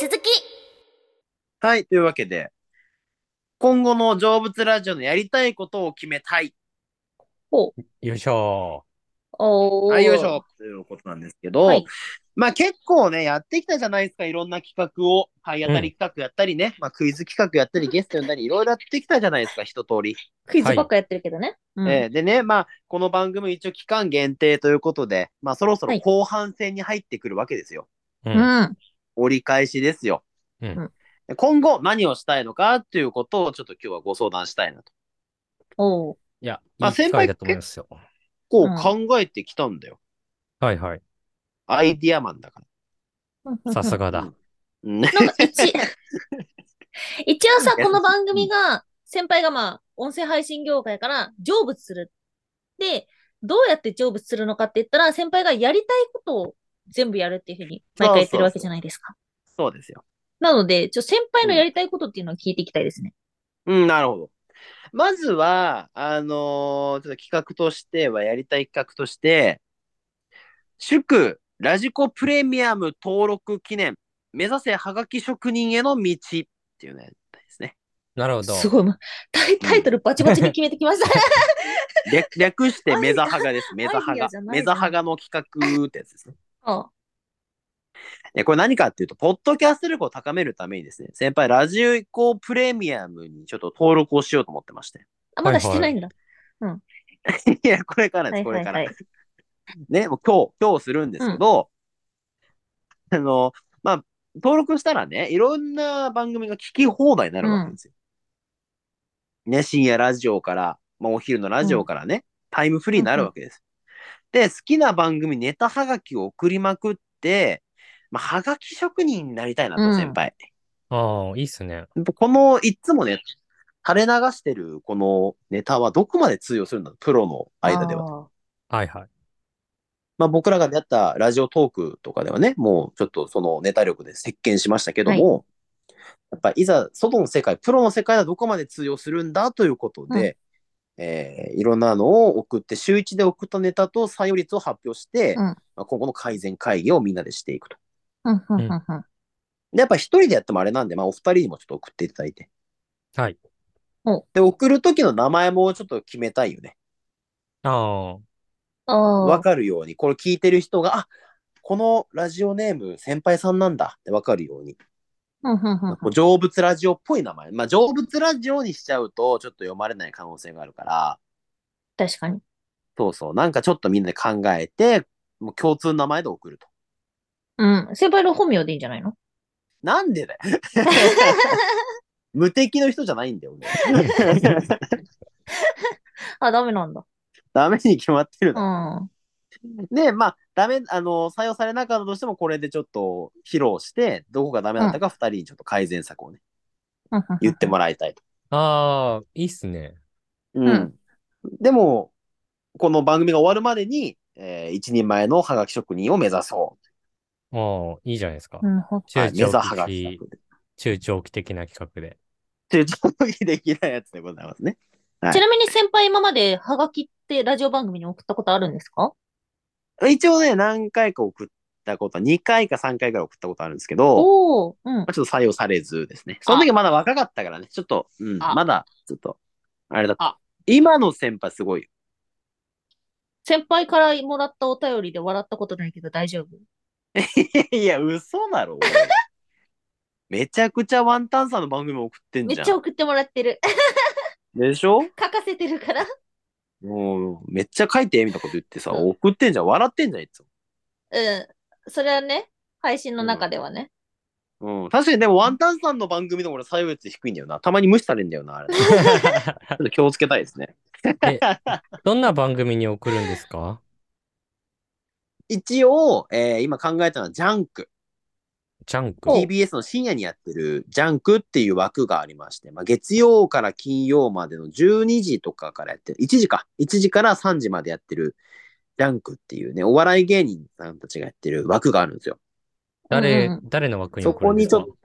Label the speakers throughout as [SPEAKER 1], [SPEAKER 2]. [SPEAKER 1] ジオ続き
[SPEAKER 2] はい、というわけで、今後の成仏ラジオのやりたいことを決めたい。
[SPEAKER 3] よいしょ
[SPEAKER 1] おー。
[SPEAKER 2] はい、よいしょ。ということなんですけど、
[SPEAKER 1] はい
[SPEAKER 2] まあ結構ね、やってきたじゃないですか、いろんな企画を。はい、当たり企画やったりね、まあクイズ企画やったり、ゲスト呼んだり、いろいろやってきたじゃないですか、一通り。
[SPEAKER 1] クイズばっかやってるけどね。うん
[SPEAKER 2] えーでね、まあ、この番組一応期間限定ということで、まあそろそ
[SPEAKER 1] は
[SPEAKER 2] ろ
[SPEAKER 1] い
[SPEAKER 2] 後半戦に入ってくるわけですよ。
[SPEAKER 3] う。
[SPEAKER 1] うん
[SPEAKER 2] 折り返しですよ。
[SPEAKER 3] うん
[SPEAKER 2] で今後何をしたいのかっていうことをちょっと今日はご相談したいなと。
[SPEAKER 1] おー。
[SPEAKER 3] いや、
[SPEAKER 2] まあ
[SPEAKER 3] いい機会だと思いますよ。
[SPEAKER 2] こ
[SPEAKER 1] うん
[SPEAKER 2] う考えてきたんだよ。
[SPEAKER 3] はいはい。
[SPEAKER 2] アイディアマンだから。
[SPEAKER 3] さすが
[SPEAKER 2] う
[SPEAKER 3] だ
[SPEAKER 2] ん。ね
[SPEAKER 1] なんか一一応さ、
[SPEAKER 2] いや
[SPEAKER 1] この番組が、先輩がまあ、音声配信業界から成仏する。で、どうやって成仏するのかって言ったら、先輩がやりたいことを全部やるっていうふうに、毎回やってるわけじゃないですか。
[SPEAKER 2] そうですよ。
[SPEAKER 1] なので、ちょ、先輩のやりたいことっていうのを聞いていきたいですね。
[SPEAKER 2] うん、なるほど。まずは、あのーちょっと企画としては、やりたい企画として、祝ラジコプレミアム登録記念、目指せはがき職人への道っていうのやったいですね。
[SPEAKER 3] なるほど。
[SPEAKER 1] すごい、まタイタイトルバチバチに決めてきました。
[SPEAKER 2] 略略して目ざはがです。目ざは
[SPEAKER 1] アイデ
[SPEAKER 2] が
[SPEAKER 1] アじゃ。ない
[SPEAKER 2] 目ざはがの企画ってやつですね。
[SPEAKER 1] あ
[SPEAKER 2] でこれ何かっていうと、ポッドキャスト力を高めるためにですね、先輩、ラジコプレミアムにちょっと登録をしようと思ってまして。
[SPEAKER 1] あ、まだしてないんだ。
[SPEAKER 2] いや、これか
[SPEAKER 1] は
[SPEAKER 2] らです、
[SPEAKER 1] い
[SPEAKER 2] こ
[SPEAKER 1] は
[SPEAKER 2] れ
[SPEAKER 1] い
[SPEAKER 2] か
[SPEAKER 1] は
[SPEAKER 2] ら
[SPEAKER 1] い。。
[SPEAKER 2] ね、もう今日、今日するんですけど、あの、まあ、登録したらね、いろんな番組が聞き放題になるわけですよ。ね、深夜ラジオから、まあ、お昼のラジオからね、タイムフリーになるわけです。で、好きな番組、ネタはがきを送りまくって、まあ、はがき職人になりたいな
[SPEAKER 1] う
[SPEAKER 2] と、
[SPEAKER 1] ん
[SPEAKER 2] 先輩。
[SPEAKER 3] ああ、いいっすね。
[SPEAKER 2] この、いつもね、垂れ流してるこのネタはどこまで通用するんだろうプロの間では。
[SPEAKER 1] は。
[SPEAKER 3] はいはい。
[SPEAKER 2] まあ、僕らが出会ったラジオトークとかではね、もうちょっとそのネタ力で席巻しましたけども、やっぱいざ外の世界、プロの世界はどこまで通用するんだということで、えーいろんなのを送って、週1で送ったネタと採用率を発表して、
[SPEAKER 1] うん
[SPEAKER 2] まあ、今後の改善会議をみんなでしていくと。
[SPEAKER 1] うんうんうんうん
[SPEAKER 2] で、やっぱ一人でやってもあれなんで、まあ、お二人にもちょっと送っていただいて。
[SPEAKER 3] はい。
[SPEAKER 1] お
[SPEAKER 2] で、送る時の名前もちょっと決めたいよね。
[SPEAKER 3] ああ、
[SPEAKER 1] あ
[SPEAKER 2] わ
[SPEAKER 1] あ。
[SPEAKER 2] かるように、これ聞いてる人が、あこのラジオネーム先輩さんなんだってわかるように、
[SPEAKER 1] うんうんうん
[SPEAKER 2] こう成仏ラジオっぽい名前。まあ、成仏ラジオにしちゃうと、ちょっと読まれない可能性があるから、
[SPEAKER 1] 確かに。
[SPEAKER 2] そうそう、なんかちょっとみんなで考えて、もう共通の名前で送ると。
[SPEAKER 1] うん。先輩の本名でいいんじゃないの
[SPEAKER 2] なんでだよ。無敵の人じゃないんだよ、俺
[SPEAKER 1] あ、ダメなんだ。
[SPEAKER 2] ダメに決まってる
[SPEAKER 1] う
[SPEAKER 2] の。
[SPEAKER 1] ん。
[SPEAKER 2] で、まあ、ダメ、あの、採用されなかったとしても、これでちょっと披露して、どこがダメだったか、二人にちょっと改善策をね、言ってもらいたいと。
[SPEAKER 3] ああ、いいっすね。
[SPEAKER 2] うんん。でも、この番組が終わるまでに、えー一人前のハガキ職人を目指そう。
[SPEAKER 3] ああ、いいじゃないですか
[SPEAKER 1] う。んほ
[SPEAKER 3] 中
[SPEAKER 2] はい、目指は
[SPEAKER 3] 長
[SPEAKER 2] がき
[SPEAKER 3] 期的、。中長期的な企画で。
[SPEAKER 2] 中長期的なやつでございますね。はい
[SPEAKER 1] ちなみに先輩今までハガキってラジオ番組に送ったことあるんですか
[SPEAKER 2] 一応ね、何回か送ったこと、2回か3回ぐらい送ったことあるんですけど、ま
[SPEAKER 1] おおうん。
[SPEAKER 2] あちょっと採用されずですね。その時まだ若かったからね、ちょっと、うん、
[SPEAKER 1] あ
[SPEAKER 2] まだ、ちょっと、あれだっ
[SPEAKER 1] あ
[SPEAKER 2] た。今の先輩すごいよ。
[SPEAKER 1] 先輩からもらったお便りで笑ったことないけど大丈夫
[SPEAKER 2] いや、嘘だろ。俺 めちゃくちゃワンタンさんの番組送ってん
[SPEAKER 1] めっ
[SPEAKER 2] じゃ
[SPEAKER 1] ちゃ
[SPEAKER 2] ん。
[SPEAKER 1] 送ってもらってる。
[SPEAKER 2] でしょ
[SPEAKER 1] 書かせてるから。
[SPEAKER 2] もう、めっちゃ書いて、みたいなこと言ってさ、
[SPEAKER 1] うん
[SPEAKER 2] 送ってんじゃん、笑ってんじゃん、いつ
[SPEAKER 1] うん。それはね、配信の中ではね。
[SPEAKER 2] も。うん。確かに、でも、ワンタンさんの番組の俺、採用率低いんだよな。たまに無視されんだよな、あれ。 ちょっと気をつけたいですね。
[SPEAKER 3] えどんな番組に送るんですか
[SPEAKER 2] 一応、えー今考えたのは、ジャンク。
[SPEAKER 3] ジャンク。
[SPEAKER 2] TBS の深夜にやってる、ジャンクっていう枠がありまして、まあ、月曜から金曜までの12時とかからやってる、1時か、1時から3時までやってる、ジャンクっていうね、お笑い芸人さんたちがやってる枠があるんですよ。
[SPEAKER 1] うんう
[SPEAKER 3] 誰
[SPEAKER 1] ん、
[SPEAKER 3] 誰の枠に
[SPEAKER 2] そ
[SPEAKER 3] 送る
[SPEAKER 2] こ
[SPEAKER 3] ん
[SPEAKER 2] に
[SPEAKER 3] です
[SPEAKER 2] ち
[SPEAKER 3] か
[SPEAKER 2] ょっと。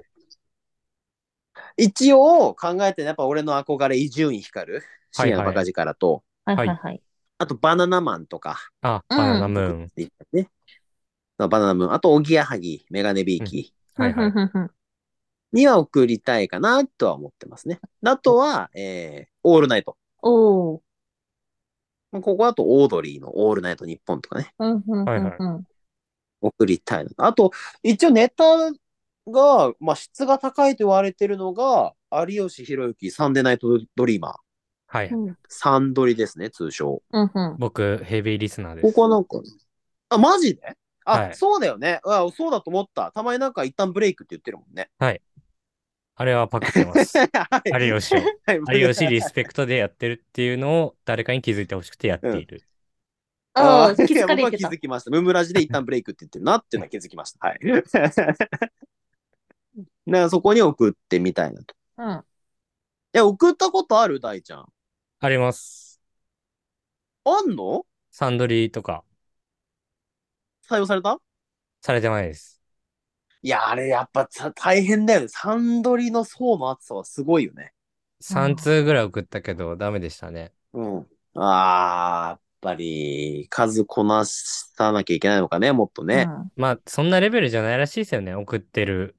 [SPEAKER 2] 一応考えてるのはやっぱ俺の憧れ伊集院光深夜のバカ力と、
[SPEAKER 1] はいは
[SPEAKER 3] はいい
[SPEAKER 1] はい。
[SPEAKER 2] あとバナナマンとか、
[SPEAKER 3] あ、
[SPEAKER 1] うん
[SPEAKER 3] バナナムーン。
[SPEAKER 2] ね、バナナムーンあとおぎやはぎメガネビーキ、
[SPEAKER 3] はいはい。
[SPEAKER 2] には送りたいかなとは思ってますね。あとは、えー、オールナイト。
[SPEAKER 1] おー。
[SPEAKER 2] まあここだとオードリーのオールナイト日本とかね、
[SPEAKER 1] うんうんうん
[SPEAKER 3] はいはい
[SPEAKER 1] うん
[SPEAKER 2] 送りたいのとあと、一応ネタが、まあ、質が高いと言われてるのが、有吉弘行サンデーナイトドリーマー。
[SPEAKER 3] はい。
[SPEAKER 1] うん
[SPEAKER 2] サンドリですね、通称。
[SPEAKER 1] うん うん
[SPEAKER 3] 僕、ヘビーリスナーで
[SPEAKER 2] こ
[SPEAKER 3] す。
[SPEAKER 2] こなんか、あ、マジであ、
[SPEAKER 3] はい
[SPEAKER 2] そうだよね。あ、そうだと思った。たまになんか一旦ブレイクって言ってるもんね。
[SPEAKER 3] あれはパクっ てます。
[SPEAKER 2] はい
[SPEAKER 3] 有吉を。
[SPEAKER 2] はい
[SPEAKER 3] 有吉リスペクトでやってるっていうのを誰かに気づいてほしくてやっている。
[SPEAKER 1] ああ、
[SPEAKER 2] ー
[SPEAKER 1] 気づかれて
[SPEAKER 2] いや僕は
[SPEAKER 1] た
[SPEAKER 2] 気づ。きました。ムームラジで一旦ブレイクって言ってるなっていうのは気づきました。はい。 なそこに送ってみたいなと。
[SPEAKER 1] うん。
[SPEAKER 2] え、送ったことある大ちゃん。
[SPEAKER 3] あります。
[SPEAKER 2] あんの
[SPEAKER 3] サンドリーとか
[SPEAKER 2] 採用された
[SPEAKER 3] されてないです。
[SPEAKER 2] いや、あれやっぱさ大変だよね。サンドリの層の厚さはすごいよね。
[SPEAKER 3] 3通ぐらい送ったけどダメでしたね。
[SPEAKER 2] うん。ああ、やっぱり数こなさなきゃいけないのかね、もっとね。
[SPEAKER 3] まあ、そんなレベルじゃないらしいですよね。送ってる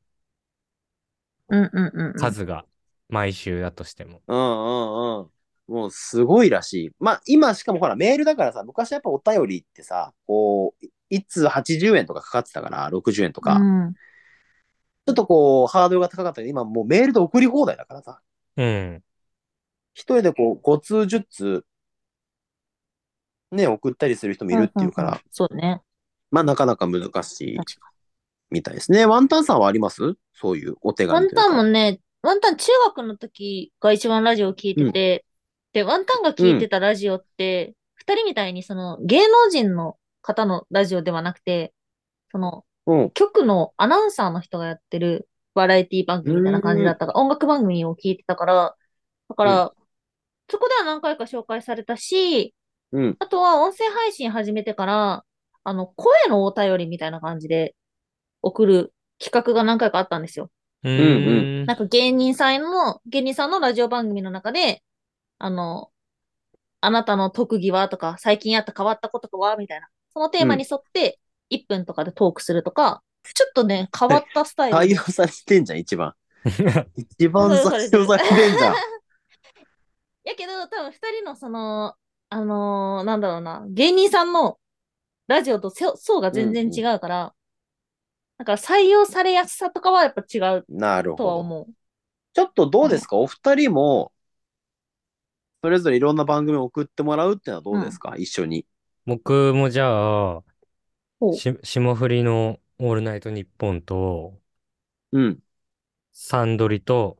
[SPEAKER 1] うん。うんうんうんうん。
[SPEAKER 3] 数が、毎週だとしても。
[SPEAKER 2] うんうんうん。もうすごいらしい。まあ今しかもほらメールだからさ、昔やっぱお便りってさ、こう、一通80円とかかかってたから、60円とか。
[SPEAKER 1] う
[SPEAKER 2] ち
[SPEAKER 1] ん
[SPEAKER 2] ょっとこう、ハードルが高かったけど、今もうメールで送り放題だからさ。
[SPEAKER 3] うん。
[SPEAKER 2] 一人でこう、5通、10通、ね、送ったりする人もいるっていうから、
[SPEAKER 1] んんんそうね。
[SPEAKER 2] まあなかなか難しい
[SPEAKER 1] 確か
[SPEAKER 2] みたいですね。ワンタンさんはありますそういうお手
[SPEAKER 1] にワ
[SPEAKER 2] 紙
[SPEAKER 1] ン
[SPEAKER 2] というか。
[SPEAKER 1] タンもね、ワンタン中学の時が一番ラジオ聞いてて、で、ワンタンが聞いてたラジオって、二人みたいにその芸能人の方のラジオではなくて、その
[SPEAKER 2] うん。
[SPEAKER 1] 局のアナウンサーの人がやってるバラエティ番組みたいな感じだったから、音楽番組を聞いてたから、だから、そこでは何回か紹介されたし、
[SPEAKER 2] うん。
[SPEAKER 1] あとは音声配信始めてから、あの、声のお便りみたいな感じで送る企画が何回かあったんですよ。
[SPEAKER 3] うん
[SPEAKER 2] うん
[SPEAKER 3] ん
[SPEAKER 1] なんか芸人さんの、芸人さんのラジオ番組の中で、あの、あなたの特技はとか、最近やった変わったこととはみたいな。そのテーマに沿って、1分とかでトークするとか、ちょっとね、変わったスタイル
[SPEAKER 2] 採
[SPEAKER 1] で
[SPEAKER 2] 用されてんじゃん、一番。
[SPEAKER 3] う
[SPEAKER 2] 一番採用されてんじゃん。
[SPEAKER 1] やけど、多分二人のその、あのーなんだろうな、芸人さんのラジオとせ層が全然違うから、だから採用されやすさとかはやっぱ違う
[SPEAKER 2] な る
[SPEAKER 1] とは
[SPEAKER 2] ほど。
[SPEAKER 1] 思う。
[SPEAKER 2] ちょっとどうですか、お二人も、それぞれいろんな番組を送ってもらうってのはどうですか、一緒に。
[SPEAKER 3] 僕もじゃあ
[SPEAKER 1] ほ、う
[SPEAKER 3] し霜降りのオールナイトニッポンと、
[SPEAKER 2] うん。
[SPEAKER 3] サンドリと、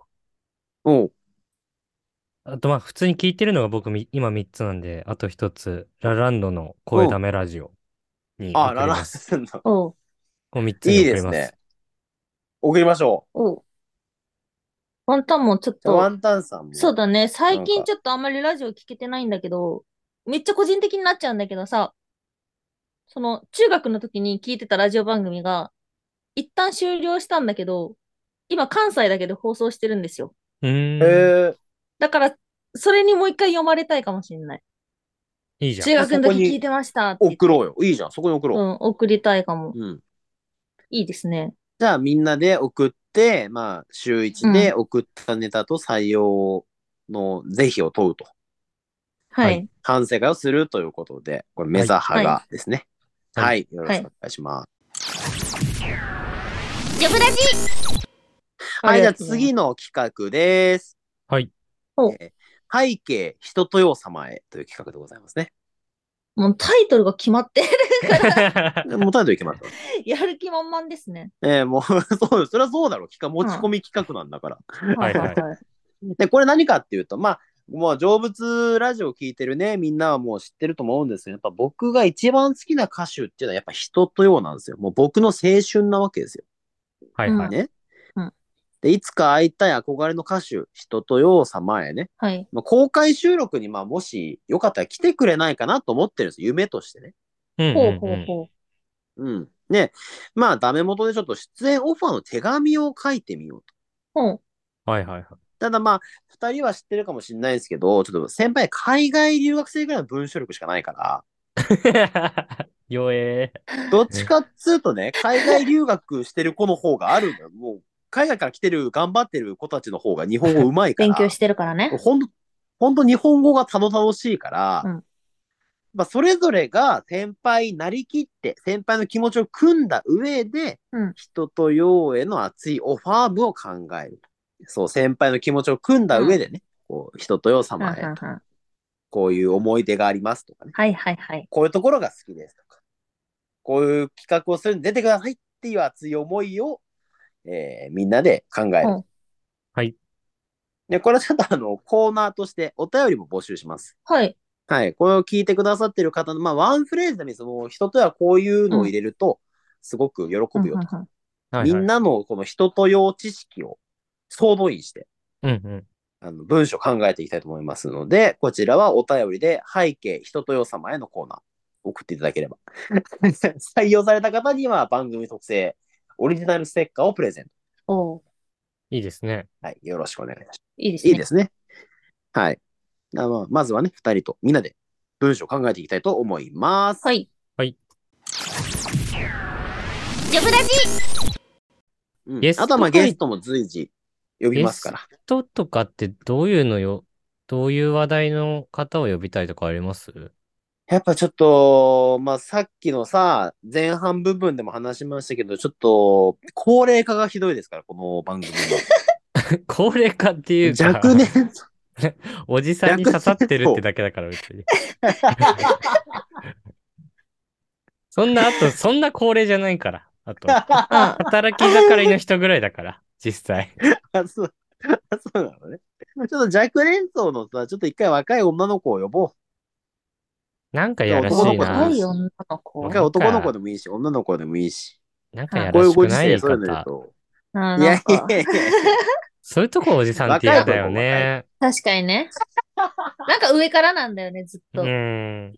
[SPEAKER 2] おう
[SPEAKER 3] あとまあ普通に聞いてるのが僕み今3つなんで、あと1つ、ラランドの声ダメラジオに
[SPEAKER 2] あ、
[SPEAKER 3] 送
[SPEAKER 2] ラ
[SPEAKER 3] り
[SPEAKER 2] ラ
[SPEAKER 3] ます。
[SPEAKER 2] さんの。
[SPEAKER 1] おう、
[SPEAKER 3] この3
[SPEAKER 2] い
[SPEAKER 3] つに
[SPEAKER 2] い
[SPEAKER 3] 送
[SPEAKER 2] で
[SPEAKER 3] り
[SPEAKER 2] す
[SPEAKER 3] ます。
[SPEAKER 2] ね。送りましょ
[SPEAKER 1] おう。ワンタンもちょっ
[SPEAKER 2] う。ワ
[SPEAKER 1] と、
[SPEAKER 2] ンタンさんも。
[SPEAKER 1] そうだね、最
[SPEAKER 2] な
[SPEAKER 1] 近
[SPEAKER 2] んか
[SPEAKER 1] ちょっとあんまりラジオ聞けてないんだけど、めっちゃ個人的になっちゃうんだけどさ、その中学の時に聞いてたラジオ番組が、一旦終了したんだけど、今関西だけど放送してるんですよ。
[SPEAKER 3] うーん、
[SPEAKER 2] へえ
[SPEAKER 1] だから、それにもう一回読まれたいかもしれない。
[SPEAKER 3] いいじゃん。
[SPEAKER 1] 中学の
[SPEAKER 2] そこ
[SPEAKER 1] 時
[SPEAKER 2] に
[SPEAKER 1] 聞いてましたって言って
[SPEAKER 2] 送ろうよ。いいじゃん。そこに送
[SPEAKER 1] う
[SPEAKER 2] ろ
[SPEAKER 1] ん、送りたいかも
[SPEAKER 2] う。。うん。
[SPEAKER 1] いいですね。
[SPEAKER 2] じゃあみんなで送って、まあ、週1で送ったネタと採用の是非を問うと。
[SPEAKER 1] は。
[SPEAKER 3] はい
[SPEAKER 2] 反省会をするということで、これ、メザハがですね。はい、
[SPEAKER 3] は
[SPEAKER 2] よろしくお願いします。
[SPEAKER 1] ジョブラジ
[SPEAKER 2] はい、じゃあ次の企画です。
[SPEAKER 3] はい。
[SPEAKER 1] ほう
[SPEAKER 2] えー背景、人とよう様へという企画でございますね。
[SPEAKER 1] もうタイトルが決まってる
[SPEAKER 2] でもうタイトル決まった。
[SPEAKER 1] やる気満々ですね。
[SPEAKER 2] えー、もう、 そう、それはそうだろう。企画、持ち込み企画なんだから。
[SPEAKER 1] はい
[SPEAKER 3] はいはい
[SPEAKER 1] はい。
[SPEAKER 2] で、これ何かっていうと、まあ、もう成仏ラジオ聞いてるね、みんなはもう知ってると思うんですけど、やっぱ僕が一番好きな歌手っていうのはやっぱ人とようなんですよ。もう僕の青春なわけですよ。
[SPEAKER 3] はいはい。
[SPEAKER 2] ね。
[SPEAKER 1] うん
[SPEAKER 2] で、いつか会いたい憧れの歌手、人とよう様へね。
[SPEAKER 1] はい。
[SPEAKER 2] まあ、公開収録に、まあ、もしよかったら来てくれないかなと思ってるんですよ。夢としてね。
[SPEAKER 3] うん
[SPEAKER 1] ほう
[SPEAKER 3] うん
[SPEAKER 1] ほ
[SPEAKER 3] う
[SPEAKER 1] うんほ
[SPEAKER 2] うん。ね。まあ、ダメ元でちょっと出演オファーの手紙を書いてみようと。
[SPEAKER 1] う。ほう。
[SPEAKER 3] はいはいはい。
[SPEAKER 2] ただまあ、二人は知ってるかもしれないですけど、ちょっと先輩海外留学生ぐらいの文章力しかないから、
[SPEAKER 3] よえ
[SPEAKER 2] どっちかっつう とね、海外留学してる子の方があるんだよ。もう、海外から来てる、頑張ってる子たちの方が日本語うまいから。
[SPEAKER 1] 勉強してるからね。
[SPEAKER 2] ほんと、ほんと日本語がたどたどしいから、
[SPEAKER 1] うん
[SPEAKER 2] まあ、それぞれが先輩になりきって、先輩の気持ちを組んだ上で、
[SPEAKER 1] うん
[SPEAKER 2] 人と用への熱いオファー部を考える。そう、先輩の気持ちを組んだ上でね、こう人と用
[SPEAKER 1] うんうんう
[SPEAKER 2] 様へ、
[SPEAKER 1] んは
[SPEAKER 2] こういう思い出がありますとかね。
[SPEAKER 1] いはいはい。
[SPEAKER 2] こういうところが好きですとか、こういう企画をするんで出てくださいっていう熱い思いを、えーみんなで考える。
[SPEAKER 1] うん
[SPEAKER 3] はい。
[SPEAKER 2] で、これはちょっとあの、コーナーとしてお便りも募集します。
[SPEAKER 1] はい。
[SPEAKER 2] はい。これを聞いてくださってる方の、まあ、ワンフレーズでもいいですその、人とはこういうのを入れると、すごく喜ぶよと
[SPEAKER 1] うんうん
[SPEAKER 2] か、
[SPEAKER 1] うん
[SPEAKER 3] はいはい。
[SPEAKER 2] みん。なのこの人と用知識を総動員して、
[SPEAKER 3] うんうん。
[SPEAKER 2] あの文章考えていきたいと思いますので、こちらはお便りで背景、人とよ様へのコーナー送っていただければ。 採用された方には番組特製オリジナルステッカーをプレゼント。
[SPEAKER 1] おう
[SPEAKER 3] いいですね。
[SPEAKER 2] はい。よろしくお願いします。
[SPEAKER 1] いいです
[SPEAKER 2] い
[SPEAKER 1] ね。
[SPEAKER 2] いですね。はい。あのまずはね、二人とみんなで文章を考えていきたいと思います。
[SPEAKER 1] はい。
[SPEAKER 3] はい。
[SPEAKER 1] ジョブラジ
[SPEAKER 2] うん
[SPEAKER 3] ゲスト
[SPEAKER 2] あとはまあ
[SPEAKER 3] 会
[SPEAKER 2] ゲストも随時呼びますから。
[SPEAKER 3] 人とかってどういうのよ、どういう話題の方を呼びたいとかあります
[SPEAKER 2] やっぱちょっと、まあさっきのさ、前半部分でも話しましたけど、ちょっと高齢化がひどいですから、この番組は。
[SPEAKER 3] 高齢化っていうか、
[SPEAKER 2] 若年層。
[SPEAKER 3] おじさんに刺さってるってだけだから、別に。そんな、あと、そんな高齢じゃないから。あと、
[SPEAKER 1] あ
[SPEAKER 3] 働き盛りの人ぐらいだから、実際。
[SPEAKER 2] あそう、 あそうなのね。ちょっと若年層のさ、ちょっと一回若い女の子を呼ぼ
[SPEAKER 3] なんかやらし
[SPEAKER 2] 男の
[SPEAKER 3] い
[SPEAKER 2] 子
[SPEAKER 1] 若
[SPEAKER 3] な
[SPEAKER 2] と。
[SPEAKER 1] い女の
[SPEAKER 2] う。
[SPEAKER 1] 子
[SPEAKER 2] 若い。男の子でもいいし、女の子でもいいし。
[SPEAKER 3] なんかや
[SPEAKER 2] こう
[SPEAKER 3] ら
[SPEAKER 2] いう
[SPEAKER 3] し
[SPEAKER 2] ご
[SPEAKER 3] く
[SPEAKER 2] 時
[SPEAKER 3] ない
[SPEAKER 2] 世そう
[SPEAKER 3] 言い
[SPEAKER 2] いうのいる
[SPEAKER 3] 方。
[SPEAKER 2] と。
[SPEAKER 1] あー
[SPEAKER 2] い
[SPEAKER 1] な
[SPEAKER 2] や
[SPEAKER 1] ん
[SPEAKER 2] いや
[SPEAKER 1] か
[SPEAKER 2] いやい
[SPEAKER 3] そういうとこおじさんって嫌だよね。
[SPEAKER 1] 確かに ね。なんか上からなんだよね、ずっ
[SPEAKER 3] う
[SPEAKER 1] と。
[SPEAKER 3] ん。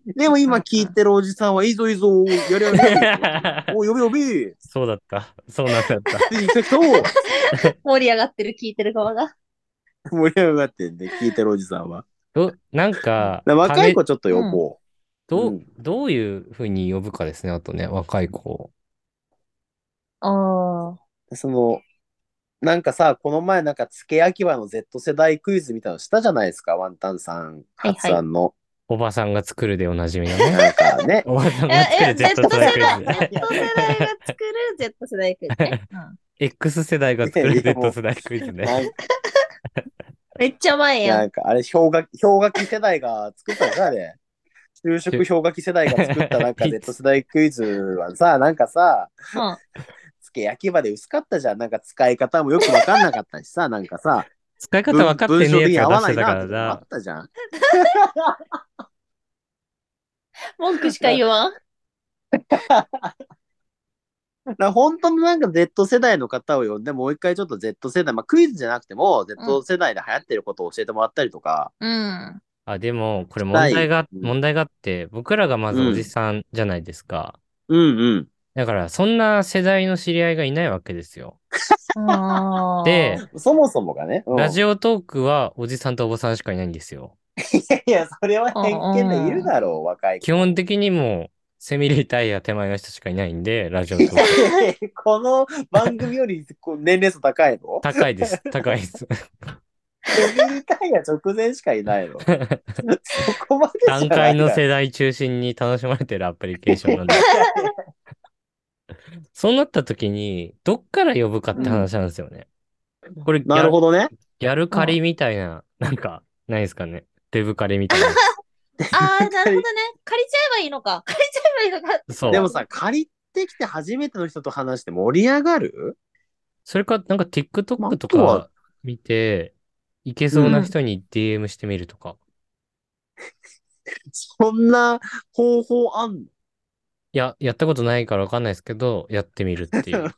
[SPEAKER 2] やでも今聞いてるおじさんは、いいぞいいぞ、やれやれ。 おい、呼べ呼べ。
[SPEAKER 3] そうだった。そうなん だった。
[SPEAKER 2] 行くと。
[SPEAKER 1] 盛り上がってる、聞いてる側が。
[SPEAKER 2] 盛り上がってんね、聞いてるおじさんは。
[SPEAKER 3] どな んか、
[SPEAKER 2] だから若い子
[SPEAKER 3] 金
[SPEAKER 2] ちょっと呼ぼ
[SPEAKER 3] ど
[SPEAKER 2] う
[SPEAKER 3] うんどういうふうに呼ぶかですね、あとね、若い子を。
[SPEAKER 1] ああ。
[SPEAKER 2] う。その、なんかさ、この前なんか、付け焼き場の Z 世代クイズみたいなのしたじゃないですか、ワンタンさん、
[SPEAKER 1] はいはい
[SPEAKER 2] 発案の。
[SPEAKER 3] おばさんが作るでおなじみの ね。
[SPEAKER 2] なんかね、
[SPEAKER 3] おばさんが作
[SPEAKER 1] え、
[SPEAKER 3] る
[SPEAKER 1] え、
[SPEAKER 3] ジェッ
[SPEAKER 1] Z
[SPEAKER 3] ト
[SPEAKER 1] 世
[SPEAKER 3] トラック
[SPEAKER 1] 代、
[SPEAKER 3] ですね
[SPEAKER 1] Z 世代が作る Z 世代クイズね。うん、
[SPEAKER 3] X 世代が作る
[SPEAKER 2] いや
[SPEAKER 3] Z 世代クイズ
[SPEAKER 2] な
[SPEAKER 3] ね。
[SPEAKER 2] ん
[SPEAKER 1] めっちゃ前や。
[SPEAKER 2] なんんか、あれ、氷河期、氷河期世代が作ったんじゃね。就職氷河期世代が作ったなん か
[SPEAKER 3] いつ
[SPEAKER 2] Z 世代クイズはさ、なんかさ、
[SPEAKER 1] うん
[SPEAKER 2] つけ焼き場で薄かったじゃん。なんか使い方もよくわかんなかったしさ、 なんかさ、
[SPEAKER 3] 使い方分かってね
[SPEAKER 2] 文章的
[SPEAKER 3] え
[SPEAKER 2] に
[SPEAKER 3] や
[SPEAKER 2] 合
[SPEAKER 3] つが
[SPEAKER 2] わな
[SPEAKER 3] 出し
[SPEAKER 2] い
[SPEAKER 3] てた
[SPEAKER 2] な
[SPEAKER 3] か
[SPEAKER 2] ってこともあ
[SPEAKER 3] らな
[SPEAKER 2] っ。たじゃ ん。
[SPEAKER 1] 文句しか言わん。
[SPEAKER 2] だから本当のなんか Z 世代の方を呼んで、もう一回ちょっと Z 世代、まあクイズじゃなくても、Z 世代で流行ってることを教えてもらったりとか、
[SPEAKER 1] うん。
[SPEAKER 3] あ、でも、これ
[SPEAKER 2] し
[SPEAKER 3] 問
[SPEAKER 2] たい
[SPEAKER 3] 題が、
[SPEAKER 2] うん
[SPEAKER 3] 問題があって、僕らがまず
[SPEAKER 2] うん
[SPEAKER 3] おじさんじゃないですか。
[SPEAKER 2] うんうん。
[SPEAKER 3] だから、そんな世代の知り合いがいないわけですよ。
[SPEAKER 1] あー
[SPEAKER 3] で、
[SPEAKER 2] そもそもがね。うん
[SPEAKER 3] ラジオトークはおじさんとおばさんしかいないんですよ。
[SPEAKER 2] いやいや、それは偏見でいるだろう、若い子
[SPEAKER 3] 基本的にもう、セミリタイヤ手前の人しかいないんで、ラジオトー ク。
[SPEAKER 2] この番組よりこう年齢層高いの
[SPEAKER 3] 高いです。高い です。
[SPEAKER 2] セミリタイヤ直前しかいないのそこまでじゃない
[SPEAKER 3] 段階の世代中心に楽しまれてるアプリケーション なんで。そうなった時に、どっから呼ぶかって話なんですよね。これギ
[SPEAKER 2] な
[SPEAKER 3] ャ
[SPEAKER 2] る
[SPEAKER 3] ル、
[SPEAKER 2] ほどね。
[SPEAKER 3] ギャル仮みたいな、なんか、ないですかね。デブ仮みたいな。
[SPEAKER 1] あー、なるほどね。借りちゃえばいいのか。 借りちゃえばいいのか。
[SPEAKER 3] そう。
[SPEAKER 2] でもさ、借りてきて初めての人と話して盛り上がる
[SPEAKER 3] それか、なん
[SPEAKER 2] ま
[SPEAKER 3] か TikTok
[SPEAKER 2] あ
[SPEAKER 3] と
[SPEAKER 2] あとは
[SPEAKER 3] か見て、いけそう
[SPEAKER 1] う
[SPEAKER 3] なん人に DM してみるとか。
[SPEAKER 2] そんな方法あんの
[SPEAKER 3] いや、やったことないからわかんないですけど、やってみるっ ていう。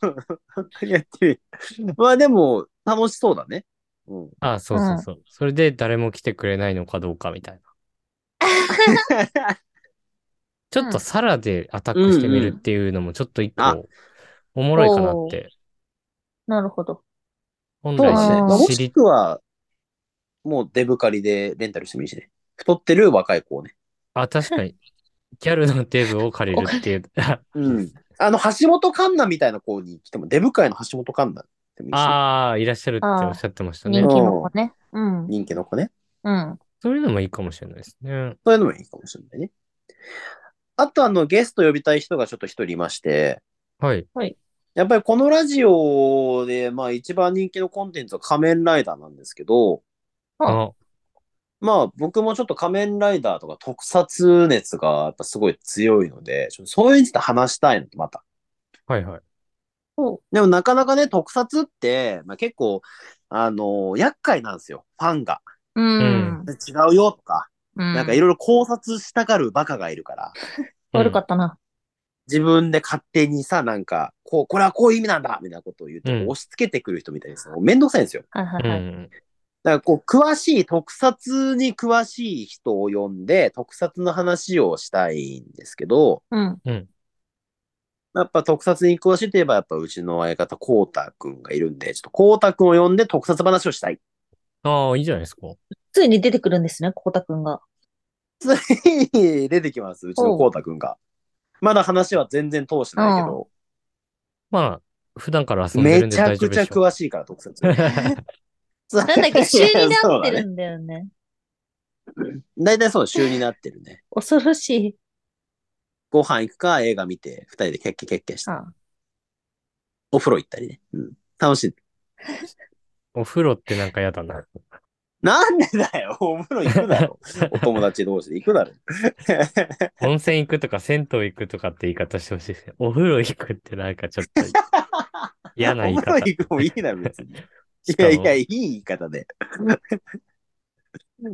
[SPEAKER 2] やってみる。まあでも、楽しそうだね。うん、
[SPEAKER 3] ああ、そうそうそう。それで誰も来てくれないのかどうかみたいな。ちょっとサラでアタックしてみるっていうのもちょっと一
[SPEAKER 2] うんうん
[SPEAKER 3] 個おもろいかなって。
[SPEAKER 1] なるほど。
[SPEAKER 3] 本
[SPEAKER 2] そう
[SPEAKER 3] 来
[SPEAKER 2] ですね。
[SPEAKER 1] あー
[SPEAKER 2] まあも
[SPEAKER 3] 知
[SPEAKER 2] し
[SPEAKER 3] り、
[SPEAKER 2] くは、もうデブ借りでレンタルしてもいいしね。太ってる若い子をね。
[SPEAKER 3] あ、確かに。ギャルのデブを借りるっ ていう。
[SPEAKER 2] うん。あの、橋本環奈みたいな子に来ても、デブ界の橋本環奈でもいいし、
[SPEAKER 3] ああ、いらっしゃるっておっしゃってましたね
[SPEAKER 2] あ
[SPEAKER 1] 人
[SPEAKER 2] ー。
[SPEAKER 1] 気の子ね。うん。
[SPEAKER 2] 人気の子ね。
[SPEAKER 1] うん。
[SPEAKER 3] そういうのもいいかもしれないですね。
[SPEAKER 2] そういうのもいいかもしれないね。あと、あの、ゲスト呼びたい人がちょっと一人いまして、
[SPEAKER 3] はい。
[SPEAKER 2] やっぱりこのラジオで、まあ一番人気のコンテンツは仮面ライダーなんですけど、
[SPEAKER 3] あ、
[SPEAKER 2] まあ僕もちょっと仮面ライダーとか特撮熱がやっぱすごい強いので、ちょっとそういうについて話したいの、また。
[SPEAKER 3] はいはい。
[SPEAKER 2] でもなかなかね、特撮って、まあ、結構、あの厄介なんですよ、ファンが。
[SPEAKER 1] うん。
[SPEAKER 2] 違うよとか、
[SPEAKER 1] な
[SPEAKER 2] なんかいろいろ考察したがるバカがいるから、
[SPEAKER 1] 悪かったな。
[SPEAKER 2] 自分で勝手にさ、なんか、こう、これはこういう意味なんだみたいなことを言って、
[SPEAKER 3] うん
[SPEAKER 2] 押し付けてくる人みたいです。もうめんどくさいんですよ。
[SPEAKER 1] はいは
[SPEAKER 3] う
[SPEAKER 1] い
[SPEAKER 3] ん。う
[SPEAKER 1] はい。
[SPEAKER 3] ん
[SPEAKER 2] だからこう、詳しい、特撮に詳しい人を呼んで、特撮の話をしたいんですけど、
[SPEAKER 1] うん。
[SPEAKER 2] やっぱ特撮に詳しいといえば、やっぱうちの相方、こうたくんがいるんで、ちょっとこうたくんを呼んで特撮話をしたい。
[SPEAKER 3] ああ、いいじゃないですか。
[SPEAKER 1] ついに出てくるんですね、コウタくんが。
[SPEAKER 2] ついに出て きます、うちのこうたくんが。まだ話は全然通してないけど、
[SPEAKER 3] まあ、普段から遊んでる
[SPEAKER 2] め
[SPEAKER 3] んで
[SPEAKER 2] ちゃ
[SPEAKER 3] 大丈
[SPEAKER 2] く
[SPEAKER 3] 夫
[SPEAKER 2] ちゃ
[SPEAKER 3] でしょう。
[SPEAKER 2] 詳しいから、 特撮。なん
[SPEAKER 1] なん だっけ、週になってるんだよね。
[SPEAKER 2] 大体そう、週になってるね。
[SPEAKER 1] 恐ろしい。
[SPEAKER 2] ご飯行くか、映画見て、二人でキャッキャキャッキャして、
[SPEAKER 1] あ
[SPEAKER 2] お風呂行ったりね。うん。楽しい。
[SPEAKER 3] お風呂ってなんかやだな。
[SPEAKER 2] なんでだよ お風呂行くだ ろお友達同士で行くだろ
[SPEAKER 3] 温泉行くとか銭湯行くとかって言い方してほしいですね。お風呂行くってなんかちょっと嫌な言い
[SPEAKER 2] お
[SPEAKER 3] 方
[SPEAKER 2] 風呂。行くもいいだろ、別に。い
[SPEAKER 3] しか
[SPEAKER 2] や
[SPEAKER 3] も
[SPEAKER 2] いや、いい言い方で。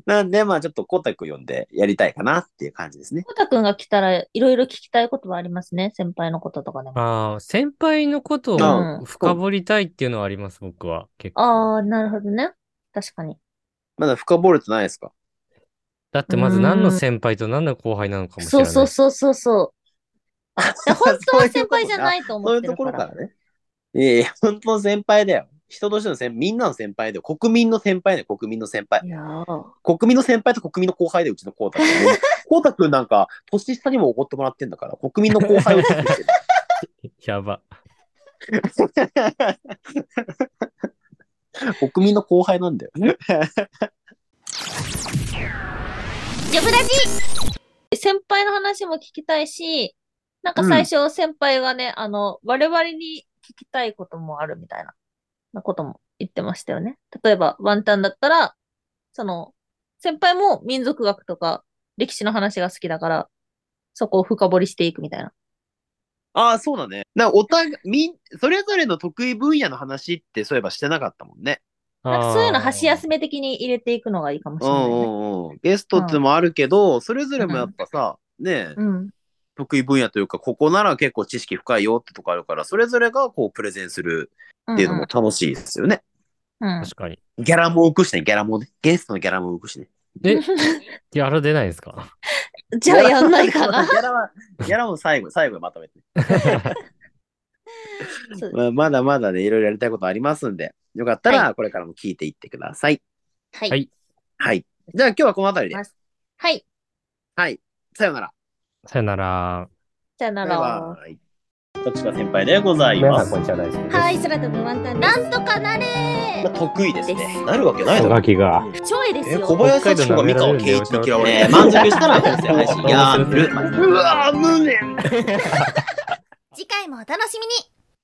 [SPEAKER 2] なんで、まあちょっとコタク呼んでやりたいかなっていう感じですね。
[SPEAKER 1] コウタくんが来たら、いろいろ聞きたいことはありますね、先輩のこととかでも。
[SPEAKER 3] ああ、先輩のこと
[SPEAKER 1] う
[SPEAKER 3] を
[SPEAKER 1] ん
[SPEAKER 3] 深掘りたいっていうのはあります、僕は。結構。
[SPEAKER 1] ああ、なるほどね。確かに。
[SPEAKER 2] まだ深掘れてないですか
[SPEAKER 3] だってまず何の先輩と何の後輩なのかもしれ
[SPEAKER 1] そ
[SPEAKER 3] な
[SPEAKER 1] う
[SPEAKER 3] い。
[SPEAKER 1] そうそうそうそう。だから本当は先輩じゃないと
[SPEAKER 2] そう
[SPEAKER 1] 思
[SPEAKER 2] い
[SPEAKER 1] っ
[SPEAKER 2] う
[SPEAKER 1] て
[SPEAKER 2] と
[SPEAKER 1] る
[SPEAKER 2] こ
[SPEAKER 1] か
[SPEAKER 2] ろから
[SPEAKER 1] ら。
[SPEAKER 2] ね。いやいや、本当の先輩だよ。人としての先みんなの先輩だよ。国民の先輩だよ、国民の先輩。
[SPEAKER 1] いやー
[SPEAKER 2] 国民の先輩と国民の後輩でうちのコウ タ君。コウタ君なんか、年下にも怒ってもらってんだから、国民の後輩を作ってる。
[SPEAKER 3] やば。
[SPEAKER 2] 国民の後輩なんだよ。
[SPEAKER 1] ジョブラジ先輩の話も聞きたいし、なんか最初先輩がね、あの、我々に聞きたいこともあるみたいな、なことも言ってましたよね。例えば、ワンタンだったら、その、先輩も民族学とか歴史の話が好きだから、そこを深掘りしていくみたいな。
[SPEAKER 2] ああ、そうだね。なお互いみん、それぞれの得意分野の話ってそういえばしてなかったもんね。
[SPEAKER 1] なんかそういうの箸休
[SPEAKER 3] め。
[SPEAKER 1] め的に入れていくのがいいかもし
[SPEAKER 2] う
[SPEAKER 1] れない、
[SPEAKER 2] んう
[SPEAKER 1] ね。
[SPEAKER 2] んうん。ゲストってもあるけど、それぞれもやっぱさ、ねえ
[SPEAKER 1] うん。
[SPEAKER 2] 得意分野というか、ここなら結構知識深いよってとこあるから、それぞれがこうプレゼンする
[SPEAKER 1] うん。
[SPEAKER 2] っていうのも楽しいですよね。
[SPEAKER 1] うん。
[SPEAKER 3] 確かに。
[SPEAKER 2] ギャラも浮くしね、ギャラもね。ゲストのギャラも浮くしね。
[SPEAKER 3] え、ギャラ出ないですか
[SPEAKER 1] じゃあやんないかな
[SPEAKER 2] ギ。ャラは、ギャラも最後、最後にまとめて。
[SPEAKER 1] そう
[SPEAKER 2] まあまだまだね、いろいろやりたいことありますんで、よかった
[SPEAKER 1] は
[SPEAKER 2] らこれからも聞いていってください。
[SPEAKER 1] はい。
[SPEAKER 3] は
[SPEAKER 1] はいい。
[SPEAKER 2] はい。じゃあ今日はこの辺りで。はい。さよなら。
[SPEAKER 3] さよなら。
[SPEAKER 1] さよな
[SPEAKER 2] バイ
[SPEAKER 1] ら。
[SPEAKER 2] バイ。徳島先輩でございます。
[SPEAKER 3] んにちは大好き
[SPEAKER 1] はい、空飛ぶワンタンです。なんとかなれ
[SPEAKER 2] まあ得意です
[SPEAKER 1] で
[SPEAKER 2] ね。
[SPEAKER 1] す
[SPEAKER 2] なるわけないだろ。
[SPEAKER 3] きが。
[SPEAKER 1] ちょいです
[SPEAKER 2] え、
[SPEAKER 1] よ。
[SPEAKER 2] 小林幸子が三河圭一に嫌われ
[SPEAKER 3] え
[SPEAKER 2] て、
[SPEAKER 3] ー
[SPEAKER 2] 満足したら音声配信やめる。うわぁ、無念
[SPEAKER 4] 次回もお楽しみに